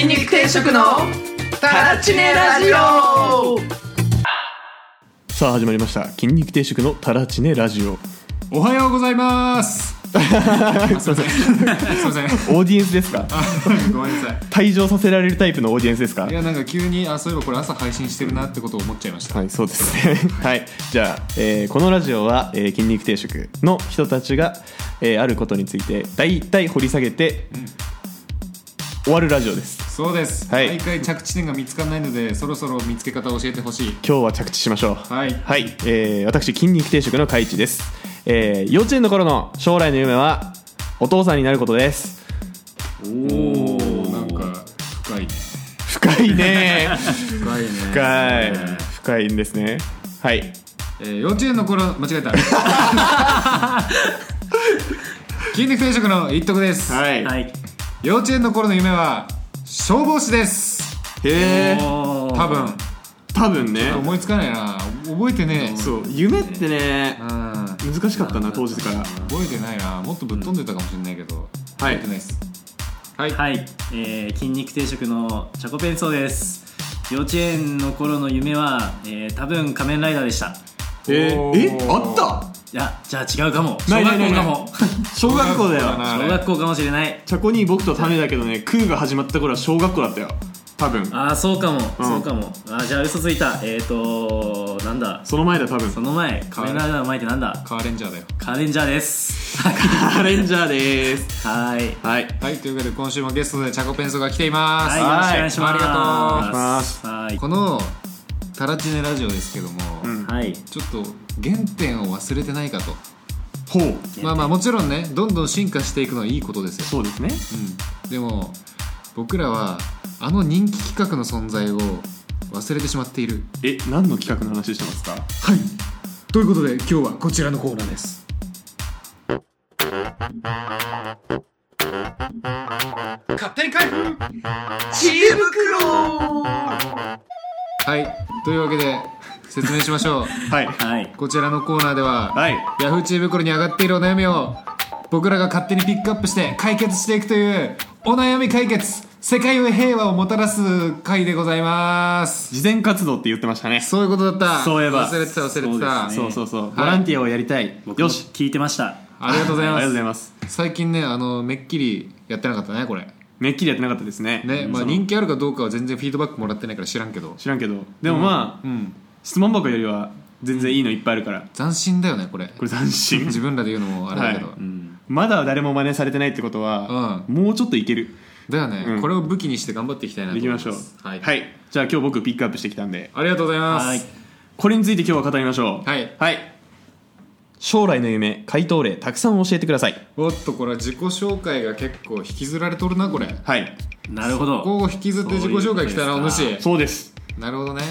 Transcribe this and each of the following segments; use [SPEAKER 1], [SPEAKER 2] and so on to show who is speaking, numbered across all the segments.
[SPEAKER 1] 食のタラチネラジオ
[SPEAKER 2] さあ始まりました筋肉定食のタラチネラジオ
[SPEAKER 3] おはようござい ます。あすみません。すみませ
[SPEAKER 2] オーディエンスですか
[SPEAKER 3] ん。ごめんなさい。
[SPEAKER 2] 退場させられるタイプのオーディエンスですか
[SPEAKER 3] いやなんか急にあそういえばこれ朝配信してるなってことを思っちゃいました。
[SPEAKER 2] はいそうですねはいじゃあ、えーこのラジオは、えー筋肉定食の人たちが、えーあることについて大体掘り下げて、終わるラジオです
[SPEAKER 3] そうです。
[SPEAKER 2] はい
[SPEAKER 3] 毎回着地点が見つからないのでそろそろ見つけ方を教えてほしい。
[SPEAKER 2] 今日は着地しましょう
[SPEAKER 3] はい
[SPEAKER 2] はい、えー私筋肉定食の海地です、えー幼稚園の頃の将来の夢はお父さんになることです
[SPEAKER 3] おおなんか深いね。
[SPEAKER 2] 深いね
[SPEAKER 3] 深いね。
[SPEAKER 2] 深い深いんですねはい
[SPEAKER 3] えー幼稚園の頃 間違えた。筋肉定食の一徳です、
[SPEAKER 2] はい、
[SPEAKER 1] はい
[SPEAKER 3] 幼稚園の頃の夢は消防士です。
[SPEAKER 2] へえ
[SPEAKER 1] お
[SPEAKER 3] 多分
[SPEAKER 2] 多分ね
[SPEAKER 3] 思いつかないな覚えてねえ。
[SPEAKER 2] そう夢ってね
[SPEAKER 3] うん。
[SPEAKER 2] 難しかったな当時から
[SPEAKER 3] 覚えてないなもっとぶっ飛んでたかもしれないけど、
[SPEAKER 2] はい
[SPEAKER 3] 覚えてないですはい、
[SPEAKER 1] はい、えー、筋肉定食のチャコペンソーです幼稚園の頃の夢は、えー、多分仮面ライダーでした
[SPEAKER 2] え
[SPEAKER 3] お
[SPEAKER 2] ー、
[SPEAKER 3] ー
[SPEAKER 2] えあった
[SPEAKER 1] いやじゃあ違うかも
[SPEAKER 2] な
[SPEAKER 1] 小
[SPEAKER 2] いない
[SPEAKER 1] 学
[SPEAKER 2] ない
[SPEAKER 1] 校
[SPEAKER 2] な
[SPEAKER 1] か
[SPEAKER 2] い
[SPEAKER 1] も
[SPEAKER 2] 小学校だよ
[SPEAKER 3] な
[SPEAKER 1] 小学校かもしれない
[SPEAKER 2] チャコに僕とタネだけどねクーが始まった頃は小学校だったよ多分
[SPEAKER 1] ああそうか
[SPEAKER 2] ん
[SPEAKER 1] も、そうかもあーじゃあ嘘ついたえっ、ー、となんだ
[SPEAKER 2] その前だ多分
[SPEAKER 1] その前仮面ライダーの前ってなんだ
[SPEAKER 3] カーレンジャーだよ
[SPEAKER 1] カレンジャーです
[SPEAKER 2] カレンジャーでーす
[SPEAKER 1] はい
[SPEAKER 2] はい
[SPEAKER 3] はいというわけで今週もゲストでチャコペンソが来ています、
[SPEAKER 1] はい、よろしくお願いします。
[SPEAKER 3] ありがとう
[SPEAKER 1] はい
[SPEAKER 3] このタラチネラジオですけども、
[SPEAKER 2] ん
[SPEAKER 1] はい。
[SPEAKER 3] ちょっと原点を忘れてないかと
[SPEAKER 2] ほう
[SPEAKER 3] まあまあもちろんねどんどん進化していくのはいいことですよ、
[SPEAKER 2] そうですね
[SPEAKER 3] うん、でも僕らはあの人気企画の存在を忘れてしまっている
[SPEAKER 2] え何の企画の話してますか
[SPEAKER 3] はいということで今日はこちらのコーナーです勝手に開封
[SPEAKER 1] 知恵袋
[SPEAKER 3] はいというわけで説明しましょう
[SPEAKER 2] はい
[SPEAKER 1] はい。
[SPEAKER 3] こちらのコーナーでは、
[SPEAKER 2] はい
[SPEAKER 3] ヤフー知恵袋に上がっているお悩みを僕らが勝手にピックアップして解決していくというお悩み解決世界へ平和をもたらす回でございます
[SPEAKER 2] 慈善活動って言ってましたね
[SPEAKER 3] そういうことだった
[SPEAKER 2] そういえば
[SPEAKER 3] 忘れてた忘れてた、
[SPEAKER 1] そうですね
[SPEAKER 2] そうそうそう、
[SPEAKER 3] い
[SPEAKER 2] ボランティアをやりたい
[SPEAKER 1] 僕も
[SPEAKER 2] よし
[SPEAKER 1] 聞いてました。
[SPEAKER 3] ありがとうござい
[SPEAKER 2] あり
[SPEAKER 3] ま
[SPEAKER 2] がとう
[SPEAKER 3] す
[SPEAKER 2] ございます
[SPEAKER 3] 最近ねあのめっきりやってなかったねこれ
[SPEAKER 2] めっきりやってなかったですね
[SPEAKER 3] ね、まあ、人気あるかどうかは全然フィードバックもらってないから知らんけど
[SPEAKER 2] 知らんけどでもまあ、
[SPEAKER 3] うん
[SPEAKER 2] 質問箱よりは全然いいのいっぱいあるから
[SPEAKER 3] 斬新だよねこれ
[SPEAKER 2] これ斬新
[SPEAKER 3] 自分らで言うのもあれだけど、
[SPEAKER 2] はいうまだ誰も真似されてないってことは、
[SPEAKER 3] う
[SPEAKER 2] もうちょっといける
[SPEAKER 3] だよね、
[SPEAKER 2] うん
[SPEAKER 3] これを武器にして頑張っていきたいなと
[SPEAKER 2] で
[SPEAKER 3] 思
[SPEAKER 2] き
[SPEAKER 3] い
[SPEAKER 2] ま
[SPEAKER 3] ま
[SPEAKER 2] し
[SPEAKER 3] す
[SPEAKER 2] ょう
[SPEAKER 3] はい、
[SPEAKER 2] じゃあ今日僕ピックアップしてきたんで
[SPEAKER 3] ありがとうございます、
[SPEAKER 1] はい。
[SPEAKER 2] これについて今日は語りましょう
[SPEAKER 3] はい
[SPEAKER 2] 将来の夢回答例たくさん教えてください
[SPEAKER 3] おっとこれは自己紹介が結構引きずられとるなこれこ
[SPEAKER 2] はい
[SPEAKER 1] なるほど。
[SPEAKER 3] こを引きずって自己紹介きたな
[SPEAKER 1] そういうこ
[SPEAKER 3] お
[SPEAKER 1] とですか
[SPEAKER 3] 主
[SPEAKER 2] そうです
[SPEAKER 3] なるほどね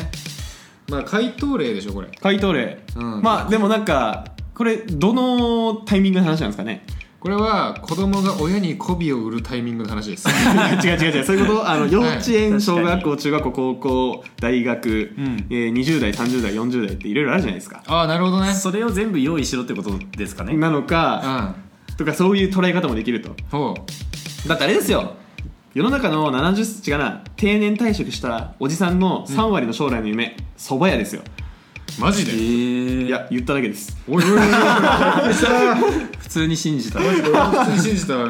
[SPEAKER 3] まあ回答例でしょこれ
[SPEAKER 2] 回答例、
[SPEAKER 3] うん
[SPEAKER 2] まあでもなんかこれどのタイミングの話なんですかね
[SPEAKER 3] これは子供が親に媚びを売るタイミング の話です
[SPEAKER 2] 違う違う 違うそういうことあの幼稚園、
[SPEAKER 1] はい
[SPEAKER 2] 小
[SPEAKER 1] 確
[SPEAKER 2] 学
[SPEAKER 1] か
[SPEAKER 2] 校中学校高校大学、
[SPEAKER 3] ん
[SPEAKER 2] えー20代30代40代っていろいろあるじゃないですか
[SPEAKER 3] ああなるほどね
[SPEAKER 1] それを全部用意しろってことですかね。
[SPEAKER 2] なのか、
[SPEAKER 3] う
[SPEAKER 2] とかそういう捉え方もできると
[SPEAKER 3] んほ
[SPEAKER 2] だってあれですよ世の中の70違うな定年退職したおじさんの3割の将来の夢蕎麦屋ですよ
[SPEAKER 3] うマジで
[SPEAKER 1] えー、
[SPEAKER 2] いや言っただけです
[SPEAKER 3] おいおいおいおい
[SPEAKER 1] 普通に信じた。
[SPEAKER 3] 普通に信じたわ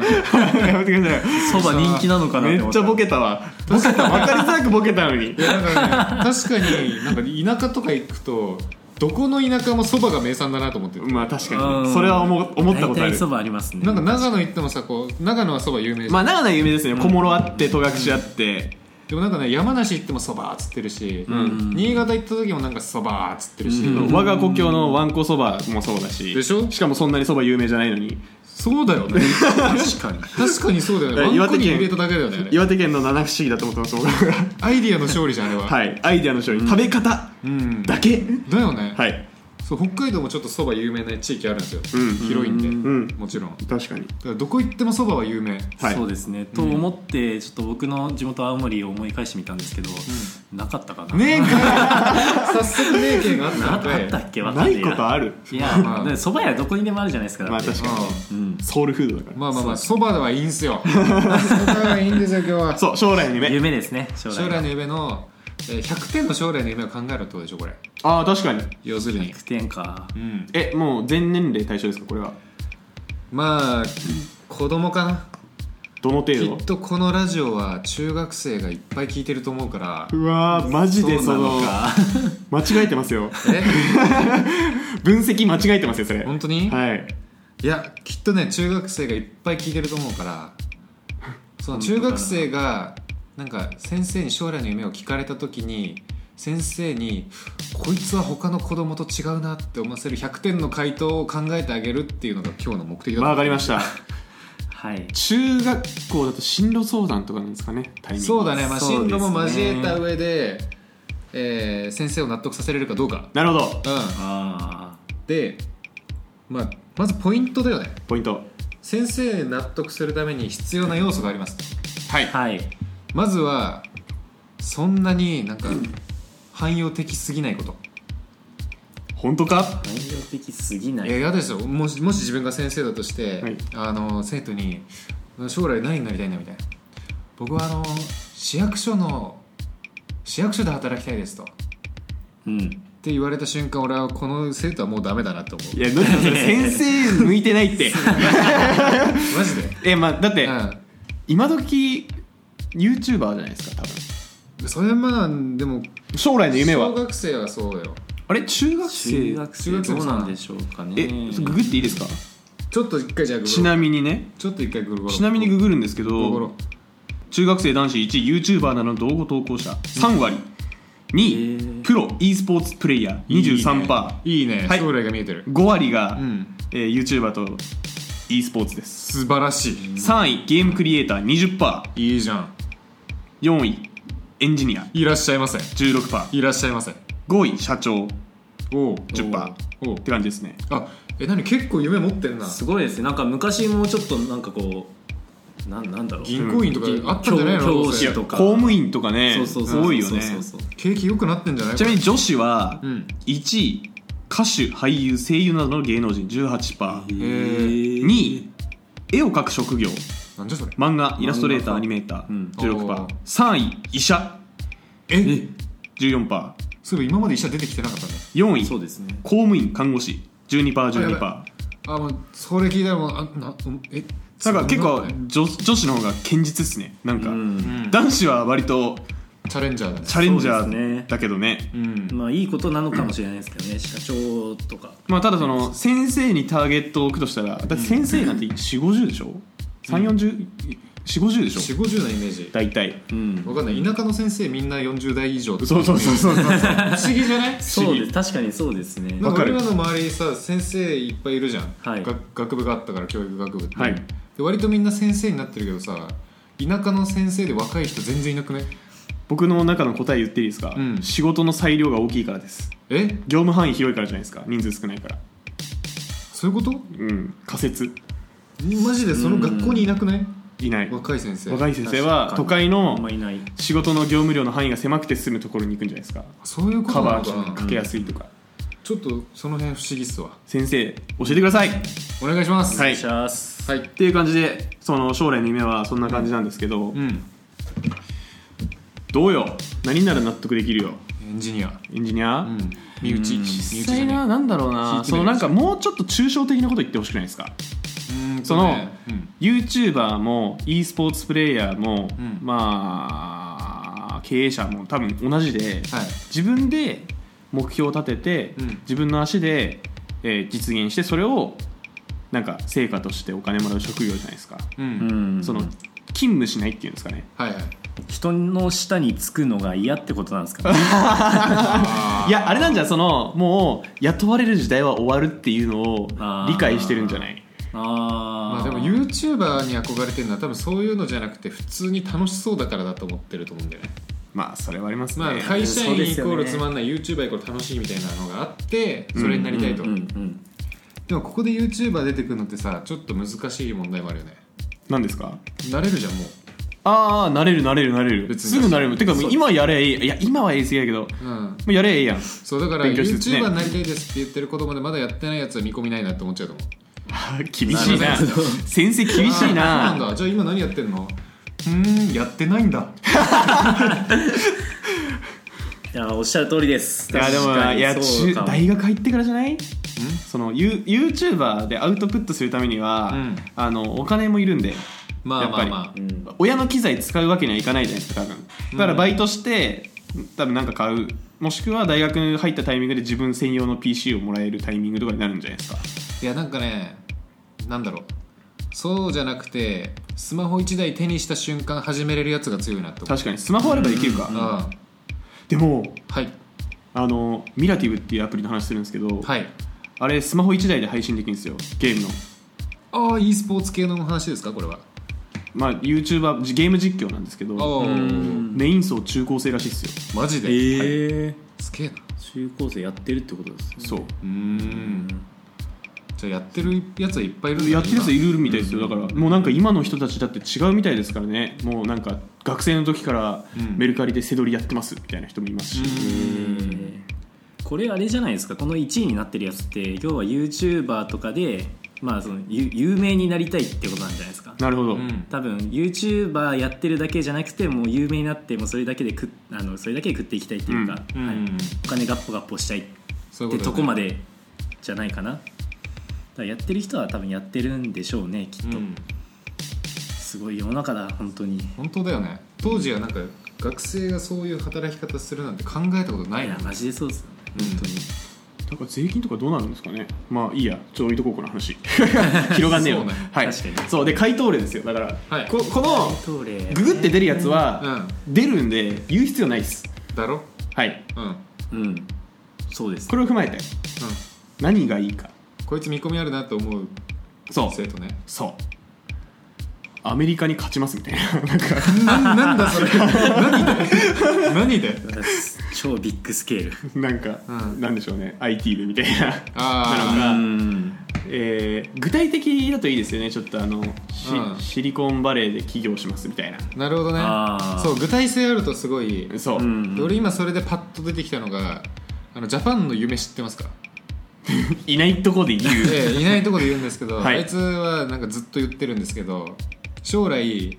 [SPEAKER 2] やめてくださ
[SPEAKER 1] そば人気なのか
[SPEAKER 2] い
[SPEAKER 1] な
[SPEAKER 2] め
[SPEAKER 1] って思
[SPEAKER 2] っ
[SPEAKER 1] っ
[SPEAKER 2] ち
[SPEAKER 1] た。
[SPEAKER 2] ゃボケたわボケた分かりづらくボケたのに
[SPEAKER 3] いやなんかね確かになんか田舎とか行くとどこの田舎もそばが名産だなと思ってる、
[SPEAKER 2] まあ確か
[SPEAKER 1] う
[SPEAKER 2] に
[SPEAKER 1] ん
[SPEAKER 2] それは思う思ったことあ
[SPEAKER 1] 大
[SPEAKER 2] る
[SPEAKER 1] 体そばありますね。
[SPEAKER 3] なんか長野行ってもさこう長野はそば有名じゃん、
[SPEAKER 2] まあ長野は有名ですね小諸あって戸隠あって
[SPEAKER 3] でもなんかね山梨行ってもそばっつってるし、
[SPEAKER 2] ん
[SPEAKER 3] 新潟行った時もなんかそばっつってるし、
[SPEAKER 2] 我が故郷のわんこそばもそうだし
[SPEAKER 3] でしょ
[SPEAKER 2] しかもそんなにそば有名じゃないのに
[SPEAKER 3] そうだよ ね確かに確かにそうだよねワンコに入れただけだよねあれ
[SPEAKER 2] 岩手県の七不思議だと思ってます僕 は
[SPEAKER 3] アイディアの勝利じゃんあれは、
[SPEAKER 2] はいアイデアの勝利食べ方
[SPEAKER 3] うん
[SPEAKER 2] だけ
[SPEAKER 3] だよね、
[SPEAKER 2] はい
[SPEAKER 3] そう北海道もちょっとそば有名な地域あるんですよ、
[SPEAKER 2] うん
[SPEAKER 3] 広いんで、
[SPEAKER 2] ん
[SPEAKER 3] もちろんだ
[SPEAKER 2] 確かに
[SPEAKER 3] からどこ行ってもそばは有名
[SPEAKER 2] はい
[SPEAKER 1] そうですね、と思ってちょっと僕の地元青森を思い返してみたんですけど、なかったかな、
[SPEAKER 3] ねえか早速ねえ県があった
[SPEAKER 1] な
[SPEAKER 3] の
[SPEAKER 1] か
[SPEAKER 3] かい
[SPEAKER 1] ったっけ
[SPEAKER 2] な
[SPEAKER 1] わ
[SPEAKER 2] いこと
[SPEAKER 1] あ
[SPEAKER 2] ある
[SPEAKER 1] いや
[SPEAKER 3] まあ
[SPEAKER 1] でそば屋どこにでもあるじゃないですかだ
[SPEAKER 2] まあ
[SPEAKER 1] って
[SPEAKER 2] 確か
[SPEAKER 3] う
[SPEAKER 1] うん
[SPEAKER 2] にソウルフードだから
[SPEAKER 3] まあまあまあそばではいいんすよそばはいいんですよ今日 は
[SPEAKER 2] そう将来の夢
[SPEAKER 1] 夢ですね将来
[SPEAKER 3] 将来
[SPEAKER 1] の
[SPEAKER 3] の夢のえー100点の将来の夢を考えろってことでしょこれ
[SPEAKER 2] ああ確かに
[SPEAKER 3] 要するに
[SPEAKER 1] 100点か
[SPEAKER 3] うん
[SPEAKER 2] えもう全年齢対象ですかこれは
[SPEAKER 3] まあ子供かな
[SPEAKER 2] どの程
[SPEAKER 3] き
[SPEAKER 2] 度
[SPEAKER 3] っとこのラジオは中学生がいっぱい聞いてると思うから
[SPEAKER 2] うわーマジでその
[SPEAKER 3] そう
[SPEAKER 1] か
[SPEAKER 2] 間違えてますよ
[SPEAKER 3] え
[SPEAKER 2] 分析間違えてますよそれ
[SPEAKER 3] 本当に、
[SPEAKER 2] はい
[SPEAKER 3] いやきっとね中学生がいっぱい聞いてると思うからその中学生がなんか先生に将来の夢を聞かれた時に先生に「こいつは他の子供と違うな」って思わせる100点の回答を考えてあげるっていうのが今日の目的だと
[SPEAKER 2] まあ
[SPEAKER 3] 思
[SPEAKER 2] わ
[SPEAKER 3] う
[SPEAKER 2] かりました
[SPEAKER 1] はい
[SPEAKER 2] 中学校だと進路相談とかなんですかねタイミング
[SPEAKER 3] そうだね、まあ、
[SPEAKER 1] そう
[SPEAKER 3] 進
[SPEAKER 1] です
[SPEAKER 3] 路
[SPEAKER 1] ね
[SPEAKER 3] も交えた上でえー先生を納得させれるかどうか、
[SPEAKER 2] なるほど
[SPEAKER 3] うん、
[SPEAKER 1] あ
[SPEAKER 3] で、まあ、まずポイントだよね
[SPEAKER 2] ポイント
[SPEAKER 3] 先生に納得するために必要な要素があります
[SPEAKER 2] はい
[SPEAKER 1] あはい
[SPEAKER 3] まずはそんなになんか汎用的すぎないこと
[SPEAKER 2] 本当か
[SPEAKER 1] 内容的すぎないい
[SPEAKER 3] や嫌ですよもしもし自分が先生だとして、
[SPEAKER 2] はい
[SPEAKER 3] あの生徒に「将来何になりたいんだ」みたいな「僕はあの市役所の市役所で働きたいです」と。っ
[SPEAKER 1] うん
[SPEAKER 3] て言われた瞬間俺はこの生徒はもうダメだなと思
[SPEAKER 2] いやどうしたそれ先生向いてないって
[SPEAKER 3] うマジで、
[SPEAKER 2] えまあだって、
[SPEAKER 3] う
[SPEAKER 2] 今時 YouTuber じゃないですか多
[SPEAKER 3] ん、それまあでも
[SPEAKER 2] 分将来の夢
[SPEAKER 3] 小
[SPEAKER 2] は
[SPEAKER 3] 学生はそうよ
[SPEAKER 2] あれ中学生
[SPEAKER 1] 中学
[SPEAKER 3] 中
[SPEAKER 1] 生
[SPEAKER 3] 学生も
[SPEAKER 1] どう
[SPEAKER 3] そう
[SPEAKER 1] な
[SPEAKER 3] なん
[SPEAKER 1] んでしょうかね
[SPEAKER 2] えググっていいですか
[SPEAKER 3] ちょっと一回じゃあググろう
[SPEAKER 2] ちなみにね
[SPEAKER 3] ちょっと一回ググろう
[SPEAKER 2] ちなみにググるんですけ
[SPEAKER 3] ググろ
[SPEAKER 2] ど
[SPEAKER 3] う
[SPEAKER 2] 中学生男子1位 YouTuber などの動画投稿者3割2
[SPEAKER 1] へ
[SPEAKER 2] 位
[SPEAKER 1] ー
[SPEAKER 2] プロ e スポーツプレイヤー23%5、
[SPEAKER 3] いいね
[SPEAKER 2] はい
[SPEAKER 3] 将来が見えてる、
[SPEAKER 2] 割が、
[SPEAKER 3] うん
[SPEAKER 2] えー、YouTuber と e スポーツです
[SPEAKER 3] 素晴らしい
[SPEAKER 2] 3位ゲームクリエイター
[SPEAKER 3] いいじゃん
[SPEAKER 2] 20%4 位エンジニア
[SPEAKER 3] いらっしゃいませ
[SPEAKER 2] 16%5
[SPEAKER 3] いらっしゃいませ
[SPEAKER 2] 位社長っ
[SPEAKER 3] おう
[SPEAKER 2] 10%
[SPEAKER 3] おうおう
[SPEAKER 2] て感じですね
[SPEAKER 3] あえ何結構夢持ってんな
[SPEAKER 1] すごいですねなんか昔もちょっとなんかこうなんなんだろう
[SPEAKER 3] 銀行員とかあったんじゃないの
[SPEAKER 1] 教
[SPEAKER 3] どう
[SPEAKER 1] 教
[SPEAKER 3] せ
[SPEAKER 1] 師と
[SPEAKER 2] 公
[SPEAKER 1] か
[SPEAKER 2] 務員とかね
[SPEAKER 1] そうそうそうそう
[SPEAKER 2] 多いよね
[SPEAKER 1] そうそうそう
[SPEAKER 3] 景気良くなってんじゃない
[SPEAKER 2] ちなみに女子は
[SPEAKER 3] うん
[SPEAKER 2] 1位歌手俳優声優などの芸能人 18%2
[SPEAKER 3] ー
[SPEAKER 2] 位絵を描く職業
[SPEAKER 3] なんじゃそれ
[SPEAKER 2] 漫画イラストレーター
[SPEAKER 1] 漫画
[SPEAKER 2] アニメーター
[SPEAKER 3] おー
[SPEAKER 2] 16%3 位医者
[SPEAKER 3] え
[SPEAKER 2] 14%4
[SPEAKER 3] そういえば今まで医者出てきてなかったね
[SPEAKER 2] 位
[SPEAKER 1] そう
[SPEAKER 2] 公
[SPEAKER 1] ですね
[SPEAKER 2] 務員看護師12%12%
[SPEAKER 3] あやばあもうそれ聞いたらもうあなうんえ
[SPEAKER 2] だから結
[SPEAKER 3] そ
[SPEAKER 2] 構
[SPEAKER 3] んなね
[SPEAKER 2] 女女子の方が堅実っすねなんか、
[SPEAKER 1] うん
[SPEAKER 3] うん
[SPEAKER 2] 男子は割と
[SPEAKER 3] チャレンジャーだね
[SPEAKER 2] チャレンジャ
[SPEAKER 1] そうですね
[SPEAKER 2] ーだけどね
[SPEAKER 3] うん
[SPEAKER 1] まあいいことなのかもしれないですけどね社長とか
[SPEAKER 2] まあただその先生にターゲットを置くとしたらだって先生なんて4 5 0でしょ3 4 0 4 5 0でしょ
[SPEAKER 3] 4 5 0のイメージ
[SPEAKER 2] 大体
[SPEAKER 1] うん
[SPEAKER 3] わかんない田舎の先生みんな40代以上って
[SPEAKER 2] そうそうそうそうそう
[SPEAKER 3] 不思議じゃない
[SPEAKER 1] そうです確かにそうですね
[SPEAKER 3] な
[SPEAKER 2] わ
[SPEAKER 3] ん
[SPEAKER 2] か
[SPEAKER 3] か
[SPEAKER 2] る
[SPEAKER 3] 俺らの周りにさ先生いっぱいいるじゃん、
[SPEAKER 1] はい
[SPEAKER 3] が学部があったから教育学部って、
[SPEAKER 2] はい
[SPEAKER 3] で割とみんな先生になってるけどさ田舎の先生で若い人全然いなくね
[SPEAKER 2] 僕の中の答え言っていいですか、
[SPEAKER 3] うん
[SPEAKER 2] 仕事の裁量が大きいからです
[SPEAKER 3] え
[SPEAKER 2] 業務範囲広いからじゃないですか人数少ないから
[SPEAKER 3] そういうこと
[SPEAKER 2] うん仮説
[SPEAKER 3] マジでその学校にいなくない
[SPEAKER 2] いない
[SPEAKER 3] 若い先生
[SPEAKER 2] 若い先生は
[SPEAKER 1] 確か
[SPEAKER 2] 都
[SPEAKER 1] に
[SPEAKER 2] 会
[SPEAKER 1] あん
[SPEAKER 2] の
[SPEAKER 1] まいない
[SPEAKER 2] 仕事の業務量の範囲が狭くて進むところに行くんじゃないですか
[SPEAKER 3] そういう
[SPEAKER 2] カ
[SPEAKER 3] ことな
[SPEAKER 2] バ
[SPEAKER 3] のか
[SPEAKER 2] ー
[SPEAKER 3] な
[SPEAKER 2] かけやすいとか、
[SPEAKER 3] ちょっとその辺不思議っすわ
[SPEAKER 2] 先生教えてくださいっ
[SPEAKER 3] お願いします
[SPEAKER 1] お
[SPEAKER 2] はい
[SPEAKER 1] 願いします
[SPEAKER 3] はい
[SPEAKER 2] ていう感じでその将来の夢はそんな感じなんですけど、
[SPEAKER 3] うん
[SPEAKER 2] どうよ何なら納得できるよ
[SPEAKER 3] エンジニア
[SPEAKER 2] エンジニア、
[SPEAKER 3] うん身内身内
[SPEAKER 2] 実
[SPEAKER 3] じ
[SPEAKER 2] 際
[SPEAKER 3] ゃ
[SPEAKER 2] な
[SPEAKER 3] ない
[SPEAKER 2] なんだろう
[SPEAKER 3] 聞いてみ
[SPEAKER 2] な
[SPEAKER 3] る
[SPEAKER 2] そのなんかもうちょっと抽象的なこと言ってほしくないですか
[SPEAKER 3] うん
[SPEAKER 2] その
[SPEAKER 3] うん
[SPEAKER 2] YouTuber も e スポーツプレイヤーも、
[SPEAKER 3] うん
[SPEAKER 2] まあ経営者も多分同じで、
[SPEAKER 3] はい
[SPEAKER 2] 自分で目標を立てて、
[SPEAKER 3] うん
[SPEAKER 2] 自分の足で、えー実現してそれをなんか成果としてお金もらう職業じゃないですか、
[SPEAKER 3] うん、
[SPEAKER 1] うん
[SPEAKER 2] その勤務しないっていうんですかね
[SPEAKER 3] はいはい
[SPEAKER 1] 人の下につくのが嫌ってことなんですかね
[SPEAKER 3] あー
[SPEAKER 2] いやあれなんじゃないそのもう雇われる時代は終わるっていうのを
[SPEAKER 1] あー
[SPEAKER 2] 理解してるんじゃない
[SPEAKER 1] あ
[SPEAKER 3] まあ
[SPEAKER 1] あ
[SPEAKER 3] でも YouTuber に憧れてるのは多分そういうのじゃなくて普通に楽しそうだからだと思ってると思うんだよね
[SPEAKER 2] まあそれはありますね、
[SPEAKER 3] まあ、
[SPEAKER 2] う
[SPEAKER 3] 会社員
[SPEAKER 1] そうで
[SPEAKER 3] イ
[SPEAKER 1] すよ
[SPEAKER 3] コ
[SPEAKER 1] ね
[SPEAKER 3] ールつまんない、YouTuber イコール楽しいみたいなのがあって
[SPEAKER 2] ん
[SPEAKER 3] それになりたいと、
[SPEAKER 2] うんうんうん
[SPEAKER 3] でもここで YouTuber 出てくるのってさちょっと難しい問題もあるよね
[SPEAKER 2] なんですか
[SPEAKER 3] なれるじゃんもう
[SPEAKER 2] ああなれるなれるなれる
[SPEAKER 3] 別に
[SPEAKER 2] すぐなれるてかもう今やれいいいや今はええすぎやけども、
[SPEAKER 3] うん
[SPEAKER 2] うやれええや ん
[SPEAKER 3] そうだから
[SPEAKER 2] 勉強しつつね
[SPEAKER 3] YouTuber になりたいですって言ってることまでまだやってないやつは見込みないなって思っちゃうと思う
[SPEAKER 2] 厳しいな
[SPEAKER 1] なるほど
[SPEAKER 2] 先生厳しい
[SPEAKER 3] あーそう
[SPEAKER 2] なん
[SPEAKER 3] だじゃあ今何やってんのうーんやってないんだ
[SPEAKER 1] いやおっしゃる通りです
[SPEAKER 2] いやでも
[SPEAKER 1] 確かに
[SPEAKER 2] いや
[SPEAKER 1] そう
[SPEAKER 2] 中
[SPEAKER 1] かも
[SPEAKER 2] 大学入ってからじゃないそのユ YouTuber でアウトプットするためには、
[SPEAKER 3] うん
[SPEAKER 2] あのお金もいるんで
[SPEAKER 3] まあまあま
[SPEAKER 2] やっ
[SPEAKER 3] あ
[SPEAKER 2] ぱ
[SPEAKER 1] う
[SPEAKER 2] り
[SPEAKER 1] ん
[SPEAKER 2] 親の機材使うわけにはいかないじゃないですか多分だからバイトして多分なんか買うもしくは大学入ったタイミングで自分専用の PC をもらえるタイミングとかになるんじゃないですか
[SPEAKER 3] いやなんかねなんだろうそうじゃなくてスマホ1台手にした瞬間始めれるやつが強いなって思う
[SPEAKER 2] 確かにスマホあればできるか、
[SPEAKER 3] うんは
[SPEAKER 2] でも
[SPEAKER 3] い
[SPEAKER 2] あのミラティブっていうアプリの話するんですけど、
[SPEAKER 3] はい
[SPEAKER 2] あれスマホ1台で配信できるんですよゲームの
[SPEAKER 3] ああ e スポーツ系の話ですかこれは
[SPEAKER 2] まあ YouTuber じゲーム実況なんですけ
[SPEAKER 3] あ
[SPEAKER 2] ど
[SPEAKER 3] あ
[SPEAKER 1] ん
[SPEAKER 2] メイン層中高生らしいですよ
[SPEAKER 3] マジ
[SPEAKER 1] え
[SPEAKER 3] で、
[SPEAKER 1] ー
[SPEAKER 3] すげえな
[SPEAKER 1] 中高生やってるってことですね
[SPEAKER 2] そう
[SPEAKER 3] うーんじゃあやってるやつはいっぱいいるんだね
[SPEAKER 2] やってるやついるみたいですよだからもうなんか今の人たちだって違うみたいですからねもうなんか学生の時から
[SPEAKER 3] うん
[SPEAKER 2] メルカリで背取りやってますみたいな人もいますし、
[SPEAKER 1] これあれじゃないですかこの1位になってるやつって要は YouTuber とかで、まあ、そのゆ有名になりたいってことなんじゃないですか
[SPEAKER 2] なるほど、
[SPEAKER 3] うんうん
[SPEAKER 1] 多分 YouTuber やってるだけじゃなくてもう有名になってもうそれだけで食っあのそれだけで食っていきたいっていうか、
[SPEAKER 3] うん
[SPEAKER 1] はい
[SPEAKER 3] うん
[SPEAKER 1] お金ガッポガッポしたいっ
[SPEAKER 3] そうい
[SPEAKER 1] て
[SPEAKER 3] うことと
[SPEAKER 1] こま
[SPEAKER 3] で
[SPEAKER 1] でじゃないかなだからやってる人は多分やってるんでしょうねきっと、
[SPEAKER 3] うん
[SPEAKER 1] すごい世の中だ本当に
[SPEAKER 3] 本当だよね当時はなんか学生がそういう働き方するなんて考えたことないいな
[SPEAKER 1] やマジでそうですよね本当に、
[SPEAKER 2] だから税金とかどうなるんですかねまあいいやちょっと置いとこうこの 話広がんねえよ
[SPEAKER 3] そうね
[SPEAKER 2] はい、
[SPEAKER 1] 確かに
[SPEAKER 2] そうで回答例ですよだから、
[SPEAKER 3] はい
[SPEAKER 2] ここの
[SPEAKER 1] トレ
[SPEAKER 2] ググって出るやつは
[SPEAKER 3] う
[SPEAKER 2] 出るんで言う必要ないです
[SPEAKER 3] んだろ
[SPEAKER 2] はい
[SPEAKER 3] うんうん
[SPEAKER 1] うんそうです
[SPEAKER 2] これを踏まえて何がいいか
[SPEAKER 3] こいつ見込みあるなと思う
[SPEAKER 2] そう
[SPEAKER 3] 生徒ね
[SPEAKER 2] そうアメリカに勝ちますみたいな
[SPEAKER 3] ななんだそれ何で何で
[SPEAKER 1] 超ビッグスケール
[SPEAKER 2] なんか、
[SPEAKER 3] うん
[SPEAKER 2] なんでしょうね IT でみたいな
[SPEAKER 3] あ
[SPEAKER 2] な
[SPEAKER 3] あ
[SPEAKER 2] んか
[SPEAKER 1] ん
[SPEAKER 2] えー具体的だといいですよねちょっとあのシ,、
[SPEAKER 3] うん
[SPEAKER 2] シリコンバレーで起業しますみたいな
[SPEAKER 3] なるほどね
[SPEAKER 1] あー
[SPEAKER 3] そう具体性あるとすごい
[SPEAKER 2] そう、
[SPEAKER 1] うん
[SPEAKER 3] 俺今それでパッと出てきたのがあのジャパンの夢知ってますか
[SPEAKER 2] いないとこで言う、
[SPEAKER 3] ええいないとこで言うんですけど、
[SPEAKER 2] はい
[SPEAKER 3] あいつはなんかずっと言ってるんですけど将来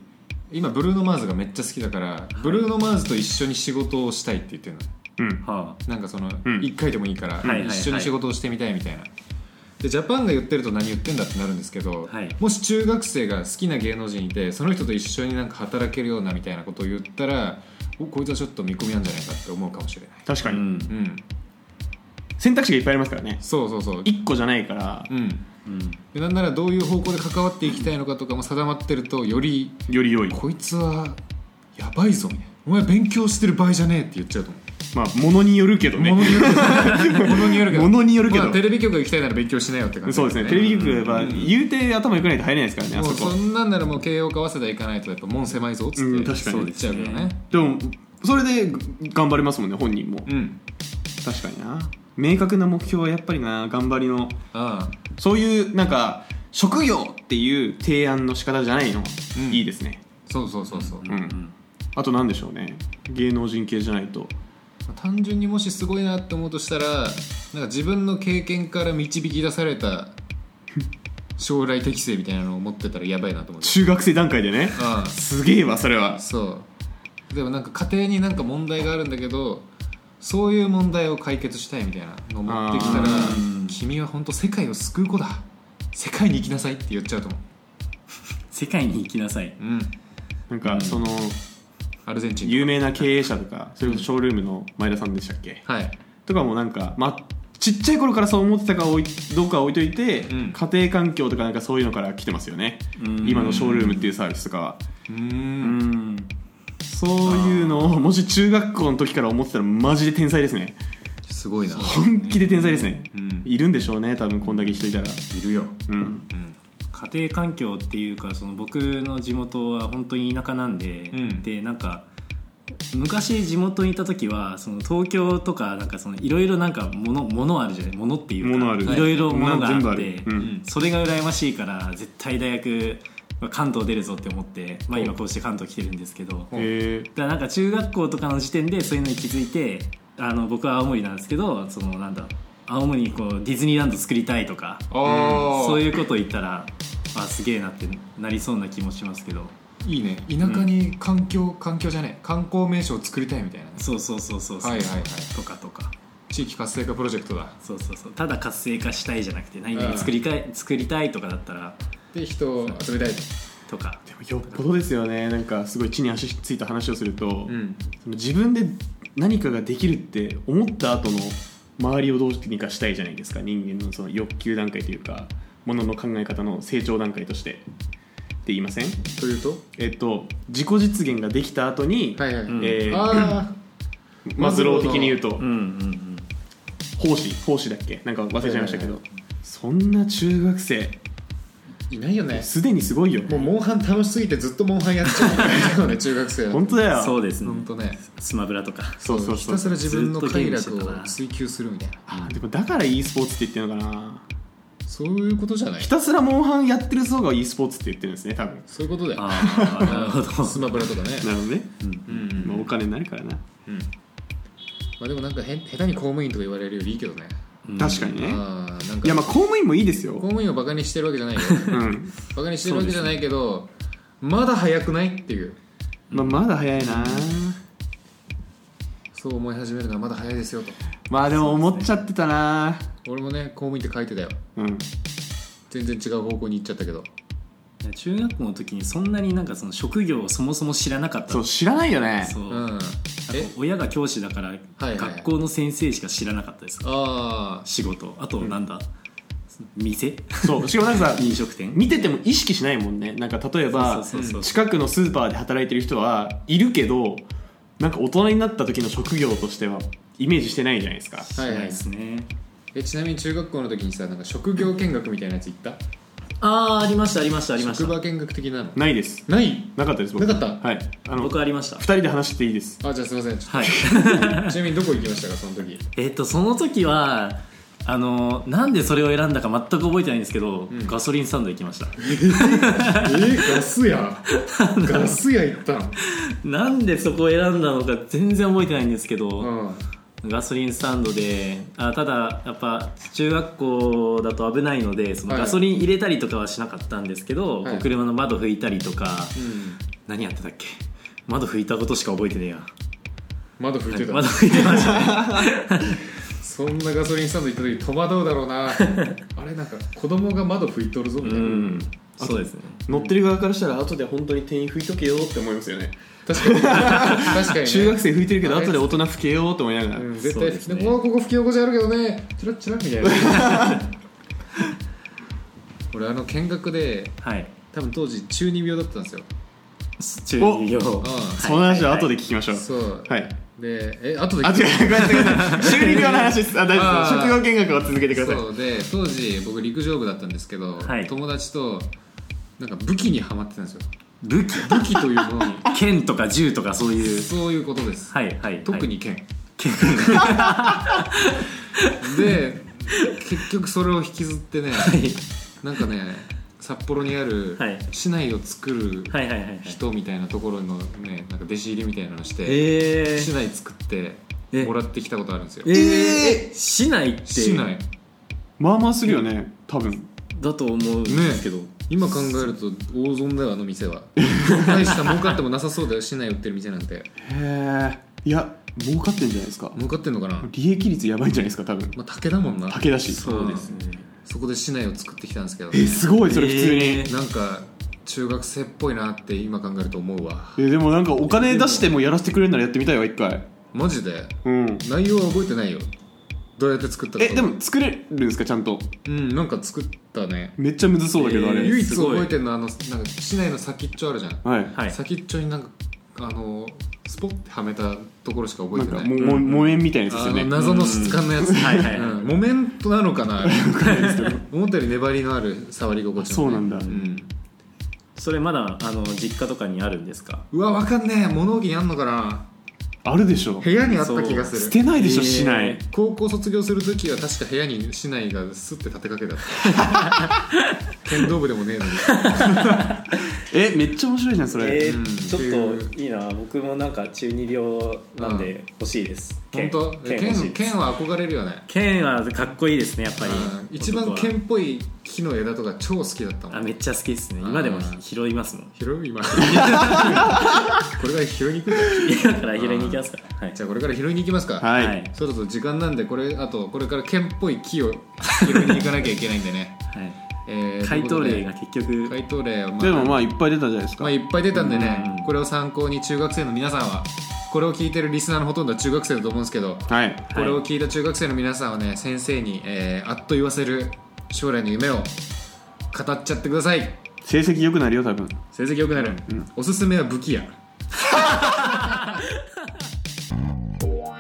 [SPEAKER 3] 今ブルーノ・マーズがめっちゃ好きだから、ブルーノ・マーズと一緒に仕事をしたいって言ってるの
[SPEAKER 2] うん
[SPEAKER 1] は
[SPEAKER 3] なんかその
[SPEAKER 2] うん
[SPEAKER 3] 1回でもいいから
[SPEAKER 1] いはいはい
[SPEAKER 3] 一緒に仕事をしてみたいみたいなでジャパンが言ってると何言ってんだってなるんですけど、
[SPEAKER 1] はい
[SPEAKER 3] もし中学生が好きな芸能人いてその人と一緒になんか働けるようなみたいなことを言ったらおこいつはちょっと見込みなんじゃないかって思うかもしれない
[SPEAKER 2] 確か
[SPEAKER 1] あ、う
[SPEAKER 2] に、
[SPEAKER 1] ん
[SPEAKER 3] うん
[SPEAKER 2] 選択肢がいっぱいありますからね
[SPEAKER 3] そうそうそう
[SPEAKER 2] 1個じゃないから
[SPEAKER 3] うん
[SPEAKER 1] うん、
[SPEAKER 3] でなんならどういう方向で関わっていきたいのかとかも定まってるとより
[SPEAKER 2] より良い
[SPEAKER 3] こいつはやばいぞみたいなお前勉強してる場合じゃねえって言っちゃうと思う
[SPEAKER 2] まあものによるけどね
[SPEAKER 3] ものによるけどものによるけ ど
[SPEAKER 2] ものによるけど
[SPEAKER 3] まあテレビ局行きたいなら勉強しないよって感じ
[SPEAKER 2] そうですねテレビ局やっぱ、
[SPEAKER 3] うん
[SPEAKER 2] 言うて頭良くないと入れないですからねあ
[SPEAKER 3] もう
[SPEAKER 2] そ
[SPEAKER 3] そ
[SPEAKER 2] こ
[SPEAKER 3] んなんならもう慶応か早稲田行かないとやっぱ門狭いぞっつって、
[SPEAKER 2] うん確かに
[SPEAKER 3] そう言っちゃうからね
[SPEAKER 2] でもそれで頑張れますもんね本人も
[SPEAKER 3] うん
[SPEAKER 2] 確かにな明確な目標はやっぱりな頑張りの
[SPEAKER 3] ああ
[SPEAKER 2] そういうなんか職業っていう提案の仕方じゃないの、
[SPEAKER 3] うん
[SPEAKER 2] いいですね
[SPEAKER 3] そうそうそうそう、
[SPEAKER 2] うん、あと何でしょうね芸能人系じゃないと
[SPEAKER 3] 単純にもしすごいなって思うとしたらなんか自分の経験から導き出された将来適性みたいなのを持ってたらやばいなと思 う
[SPEAKER 2] 中学生段階でね
[SPEAKER 3] あ
[SPEAKER 2] すげえわそれは
[SPEAKER 3] あそうでもなんか家庭になんか問題があるんだけどそういう問題を解決したいみたいなのを持ってきたら
[SPEAKER 2] あ
[SPEAKER 1] ー
[SPEAKER 3] 君は本当世界を救う子だ世界に行きなさいって言っちゃうと思
[SPEAKER 1] 世界に行きなさいう
[SPEAKER 3] うん
[SPEAKER 2] なんかその
[SPEAKER 3] アルゼンチンとか
[SPEAKER 2] 有名な経営者とかそれこそショールームの前田さんでしたっけ
[SPEAKER 3] はい
[SPEAKER 2] とかもなんか、ま、ちっちゃい頃からそう思ってたかおいどうかは置いといて、
[SPEAKER 3] うん
[SPEAKER 2] 家庭環境とかなんかそういうのから来てますよね
[SPEAKER 1] うん
[SPEAKER 2] 今のショールームっていうサービスとかは
[SPEAKER 3] う
[SPEAKER 1] うんん
[SPEAKER 2] そういうのをもし中学校の時から思ってたらマジで天才ですね
[SPEAKER 3] すごいな
[SPEAKER 2] 本気で天才ですね、
[SPEAKER 3] うん
[SPEAKER 2] いるんでしょうね多分こんだけ人いたら
[SPEAKER 3] いるよ
[SPEAKER 2] うん
[SPEAKER 3] うん
[SPEAKER 1] 家庭環境っていうかその僕の地元は本当に田舎なんで、
[SPEAKER 3] うん
[SPEAKER 1] でなんか昔地元にいた時はその東京とかなんかそのいろいろなんか物物あるじゃない物っていう
[SPEAKER 2] 物あ
[SPEAKER 1] か
[SPEAKER 2] る
[SPEAKER 1] いろいろ物があ
[SPEAKER 2] 全部
[SPEAKER 1] っ
[SPEAKER 2] あ
[SPEAKER 1] て
[SPEAKER 2] るうん
[SPEAKER 1] それが羨ましいから絶対大学は関東出るぞって思って、まあ、今こうして関東来てるんですけどだか
[SPEAKER 2] へ
[SPEAKER 1] らなんか中学校とかの時点でそういうのに気づいてあの僕は青森なんですけどそのなんだ青森にこうディズニーランド作りたいとか
[SPEAKER 3] ああ、
[SPEAKER 1] そう
[SPEAKER 3] う
[SPEAKER 1] いうこと言ったらあすげえなってなりそうな気もしますけど
[SPEAKER 3] いいね田舎に環境、環境じゃねえ観光名所を作りたいみたいなね
[SPEAKER 1] そうそうそうそうそう、
[SPEAKER 3] はいはいはい
[SPEAKER 1] とかとか
[SPEAKER 3] 地域活性化プロジェクトだ
[SPEAKER 1] そうそうそうただ活性化したいじゃなくて何々作りかい、作りたいとかだったら
[SPEAKER 3] で人を集めたい
[SPEAKER 1] とか
[SPEAKER 2] えよっぽどですよねなんかすごい地に足ついた話をすると、
[SPEAKER 3] うん
[SPEAKER 2] その自分で何かができるって思った後の周りをどうにかしたいじゃないですか人間のその欲求段階というかものの考え方の成長段階としてって言いません
[SPEAKER 3] というと
[SPEAKER 2] えっと自己実現ができた後に、
[SPEAKER 3] はいはい、
[SPEAKER 1] うん
[SPEAKER 2] えー
[SPEAKER 3] あ
[SPEAKER 2] マズロー的に言うと、
[SPEAKER 1] うんうん
[SPEAKER 2] 奉仕奉仕だっけなんか忘れちゃいましたけど、そんな中学生
[SPEAKER 3] あいないよね
[SPEAKER 2] すでにすごいよ
[SPEAKER 3] もうモンハン楽しすぎてずっとモンハンやっちゃうみたい なね中学生
[SPEAKER 2] 本当だ
[SPEAKER 1] う
[SPEAKER 2] よ
[SPEAKER 1] んそうですね
[SPEAKER 3] 本当ね
[SPEAKER 1] スマブラと か
[SPEAKER 2] そうそうそう
[SPEAKER 3] ひたすら自分の
[SPEAKER 1] ずっとゲ
[SPEAKER 3] 快
[SPEAKER 1] ームして
[SPEAKER 3] 楽
[SPEAKER 1] たな
[SPEAKER 3] を追求するみたいな
[SPEAKER 2] あでもだから e スポーツって言ってるのかな
[SPEAKER 3] そういうことじゃない
[SPEAKER 2] ひたすらモンハンやってる層が e スポーツって言ってるんですね多分な
[SPEAKER 3] そういうことだよ
[SPEAKER 1] ああなるほ
[SPEAKER 3] うんス
[SPEAKER 1] ど
[SPEAKER 3] マブラとかね
[SPEAKER 2] るほどね、
[SPEAKER 1] うん
[SPEAKER 3] うん
[SPEAKER 2] まあ、お金になるからな、
[SPEAKER 3] うんまあでもなんかへん下手に公務員とか言われるよりいいけどね
[SPEAKER 1] うん
[SPEAKER 2] 確かにね
[SPEAKER 3] ああなんか
[SPEAKER 2] いやまあ公務員もいいですよ、
[SPEAKER 3] 公務員をバカにしてるわけじゃないよ
[SPEAKER 2] うん
[SPEAKER 3] バカにしてるわけじゃないけどまだ早くないっていう
[SPEAKER 2] まあ、まだ早いな
[SPEAKER 3] そう思い始めるのはまだ早いですよと
[SPEAKER 2] まあでも思っちゃってたな
[SPEAKER 3] 俺もね公務員って書いてたよ
[SPEAKER 2] うん
[SPEAKER 3] 全然違う方向に行っちゃったけど
[SPEAKER 1] いや中学校の時にそんなになんかその職業をそもそも知らなかった
[SPEAKER 2] そう知らないよね
[SPEAKER 1] そう
[SPEAKER 3] うん
[SPEAKER 1] あと
[SPEAKER 3] え
[SPEAKER 1] 親が教師だから
[SPEAKER 3] はい
[SPEAKER 1] 学校の先生しか知らなかったです
[SPEAKER 3] あ
[SPEAKER 1] 仕事あとなんだ、 店
[SPEAKER 2] そうしかもなんかさ
[SPEAKER 1] 飲食店
[SPEAKER 2] 見てても意識しないもんねなんか例えば
[SPEAKER 1] そうそうそうそう
[SPEAKER 2] 近くのスーパーで働いてる人はいるけどなんか大人になった時の職業としてはイメージしてないじゃないですか
[SPEAKER 3] あはい
[SPEAKER 1] しな
[SPEAKER 3] はいい
[SPEAKER 1] ですね
[SPEAKER 3] えちなみに中学校の時にさなんか職業見学みたいなやつ行った
[SPEAKER 1] ああありましたありましたありまし
[SPEAKER 3] 職
[SPEAKER 1] た
[SPEAKER 3] 場見学的なの
[SPEAKER 2] ないです
[SPEAKER 3] ない
[SPEAKER 2] なかったです僕
[SPEAKER 3] なかった
[SPEAKER 2] はいあの2
[SPEAKER 1] 僕ありました
[SPEAKER 2] 人で話していいです
[SPEAKER 3] あじゃあすいませんちょ
[SPEAKER 1] はい
[SPEAKER 3] っとちなみにどこ行きましたかその時
[SPEAKER 1] えっとその時はあのなんでそれを選んだか全く覚えてないんですけど、
[SPEAKER 3] ん
[SPEAKER 1] ガソリンスタンド行きました
[SPEAKER 3] えー、ガス屋ガス屋行ったの
[SPEAKER 1] なんでそこを選んだのか全然覚えてないんですけど、
[SPEAKER 3] うん
[SPEAKER 1] ガソリンスタンドであただやっぱ中学校だと危ないのでその
[SPEAKER 3] はい
[SPEAKER 1] ガソリン入れたりとかはしなかったんですけど、
[SPEAKER 3] はい
[SPEAKER 1] こう車の窓拭いたりとか、
[SPEAKER 3] うん
[SPEAKER 1] 何やってたっけ窓拭いたことしか覚えてねえや
[SPEAKER 3] 窓拭いてた、
[SPEAKER 1] 窓拭いてましたね
[SPEAKER 3] そんなガソリンスタンド行った時戸惑うだろうなあれなんか子供が窓拭いとるぞみ
[SPEAKER 1] う
[SPEAKER 3] たいな、
[SPEAKER 1] んそうですね
[SPEAKER 2] 乗ってる側からしたら後で本当に店員拭いとけよって思いますよね
[SPEAKER 3] 確かに確かに、ね、
[SPEAKER 2] 中学生拭いてるけど
[SPEAKER 3] あれ
[SPEAKER 2] 後で大人拭けようと思いながら、
[SPEAKER 3] うん、
[SPEAKER 1] そ
[SPEAKER 3] 絶
[SPEAKER 1] う
[SPEAKER 3] 対
[SPEAKER 1] で
[SPEAKER 3] 拭
[SPEAKER 1] す
[SPEAKER 3] き、
[SPEAKER 1] ね
[SPEAKER 3] ね、ここ拭き汚しあるけどねチラッチラッみたいな俺あの見学で
[SPEAKER 1] はい
[SPEAKER 3] 多分当時中二病だったんですよ
[SPEAKER 1] 中二病
[SPEAKER 3] うん
[SPEAKER 2] その話は後で聞きましょう
[SPEAKER 3] そう
[SPEAKER 2] はい、
[SPEAKER 3] でえ後で
[SPEAKER 2] あ違うごめんなさいごめんなさい修理病の話ですあ大丈
[SPEAKER 3] あ
[SPEAKER 2] 夫
[SPEAKER 3] ー
[SPEAKER 2] です職業見学を続けてください
[SPEAKER 3] そうで当時僕陸上部だったんですけど、
[SPEAKER 1] はい
[SPEAKER 3] 友達となんか武器にはまってたんですよ
[SPEAKER 1] 武器
[SPEAKER 3] 武器というものに
[SPEAKER 1] 剣とか銃とかそういう
[SPEAKER 3] そういうことです、
[SPEAKER 1] はいはい
[SPEAKER 3] 特
[SPEAKER 1] はい
[SPEAKER 3] に剣、で結局それを引きずってね、なんかね札幌にある
[SPEAKER 1] はい
[SPEAKER 3] 市内を作る
[SPEAKER 1] はいはいはいはい
[SPEAKER 3] 人みたいなところのねなんか弟子入りみたいなのして、
[SPEAKER 1] え
[SPEAKER 3] 市内作って
[SPEAKER 1] え
[SPEAKER 3] もらってきたことあるんですよ
[SPEAKER 1] え
[SPEAKER 2] え
[SPEAKER 1] え市内って
[SPEAKER 3] 市内
[SPEAKER 2] まあまあするよね多分
[SPEAKER 1] だと思うんですけど、
[SPEAKER 3] 今考えると大損だよあの店は大した儲かってもなさそうだよ市内売ってる店なんて
[SPEAKER 2] へえいや儲かってんじゃないですか
[SPEAKER 3] 儲かってんのかな、ま
[SPEAKER 2] 利益率やばいんじゃないですか多分
[SPEAKER 3] あ、竹だもんな
[SPEAKER 2] 武田市
[SPEAKER 3] そうです
[SPEAKER 1] ね
[SPEAKER 3] そこで市内を作ってきたんですけど
[SPEAKER 2] えすごいそれ普通に、
[SPEAKER 1] え
[SPEAKER 2] え
[SPEAKER 1] ー
[SPEAKER 3] なんか中学生っぽいなって今考えると思うわ
[SPEAKER 2] でもなんかお金出してもやらせてくれるならやってみたいわ一回
[SPEAKER 3] マジで
[SPEAKER 2] うん
[SPEAKER 3] 内容は覚えてないよどうやって作ったか
[SPEAKER 2] えでも作れるんですかちゃんと
[SPEAKER 3] うんなんか作ったね
[SPEAKER 2] めっちゃむずそうだけどあれ、
[SPEAKER 1] えー
[SPEAKER 3] 唯一
[SPEAKER 1] すごい
[SPEAKER 3] 覚えてるのはあのなんか市内の先っちょあるじゃん、
[SPEAKER 2] はい、
[SPEAKER 1] はい
[SPEAKER 3] 先っちょになんかあのスポッてはめたところしか覚
[SPEAKER 2] な
[SPEAKER 3] え
[SPEAKER 2] ん
[SPEAKER 3] てな
[SPEAKER 2] か
[SPEAKER 3] い
[SPEAKER 2] も、も
[SPEAKER 1] うん
[SPEAKER 2] 木綿みたいなやつです
[SPEAKER 3] あ
[SPEAKER 2] よね
[SPEAKER 3] の謎の質感のやつ、
[SPEAKER 1] はいはいはい
[SPEAKER 3] うん木綿となのかな思ったより粘りのある触り心地の
[SPEAKER 2] そ
[SPEAKER 3] ね
[SPEAKER 2] うなんだ
[SPEAKER 3] うん
[SPEAKER 1] それまだあの実家とかにあるんですか
[SPEAKER 3] うわわかんねえ物置にあんのかな
[SPEAKER 2] あるでしょ
[SPEAKER 3] 部屋にあった気が
[SPEAKER 2] 捨
[SPEAKER 3] す
[SPEAKER 2] て
[SPEAKER 3] る
[SPEAKER 2] ないでしょ
[SPEAKER 1] へー
[SPEAKER 2] 市内
[SPEAKER 3] 高校卒業する時は確か部屋に市内がすって立てかけだった 剣道部でもねえのに
[SPEAKER 2] えめっちゃ面白いじゃんそれ、
[SPEAKER 1] え
[SPEAKER 3] うん
[SPEAKER 1] ー、ちょっといいな僕もなんか中二病なんで欲しいです、
[SPEAKER 3] 本
[SPEAKER 1] 剣
[SPEAKER 3] 当
[SPEAKER 1] 剣欲しい
[SPEAKER 3] 剣
[SPEAKER 1] です
[SPEAKER 3] 剣は憧れるよね
[SPEAKER 1] 剣はかっこいいですねやっぱり
[SPEAKER 3] うん一番
[SPEAKER 1] 男は
[SPEAKER 3] 剣っぽい木の枝とか超好きだったも
[SPEAKER 1] あ
[SPEAKER 3] ん
[SPEAKER 1] めっちゃ好きですね今でも
[SPEAKER 3] うん
[SPEAKER 1] 拾いますもん
[SPEAKER 3] 拾う 今これから拾いに行くんだ
[SPEAKER 1] だから拾いに行きますからはい
[SPEAKER 3] じゃあこれから拾いに行きますか
[SPEAKER 2] はい、
[SPEAKER 1] はい
[SPEAKER 3] そろそろ時間なんでこれあとこれから剣っぽい木を拾いに行かなきゃいけないんでね、
[SPEAKER 1] はい
[SPEAKER 3] えー
[SPEAKER 1] 回答例が
[SPEAKER 3] というこ
[SPEAKER 1] 結
[SPEAKER 3] とで
[SPEAKER 1] 局
[SPEAKER 3] 回答例はまあ
[SPEAKER 2] でもまあいっぱい出たじゃないですか、
[SPEAKER 3] まあいっぱい出たんでね
[SPEAKER 1] うん
[SPEAKER 3] これを参考に中学生の皆さんはこれを聞いてるリスナーのほとんどは中学生だと思うんですけど
[SPEAKER 2] はい
[SPEAKER 3] これを聞いた中学生の皆さんはね先生に、えーあっと言わせる将来の夢を語っちゃってください
[SPEAKER 2] 成績良くなるよ多分
[SPEAKER 3] 成績良くなる、おすすめは武器や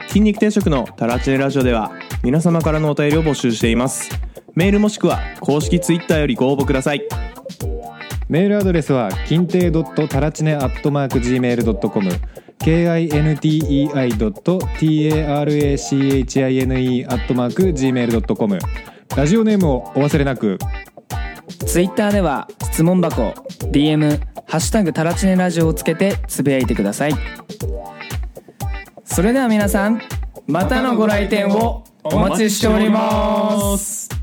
[SPEAKER 4] 筋肉定食のタラチネラジオでは皆様からのお便りを募集していますメールもしくは公式ツイッターよりご応募ください
[SPEAKER 5] メールアドレスは金亭ドットタラチネアットマーク gmail ドットコム k i n t e i ドット t a r a c h i n e アットマーク gmail ドットコムラジオネームをお忘れなく。
[SPEAKER 6] ツイッターでは質問箱 DM「ハッシュタグタラチネラジオ」をつけてつぶやいてくださいそれでは皆さんまたのご来店をお待ちしております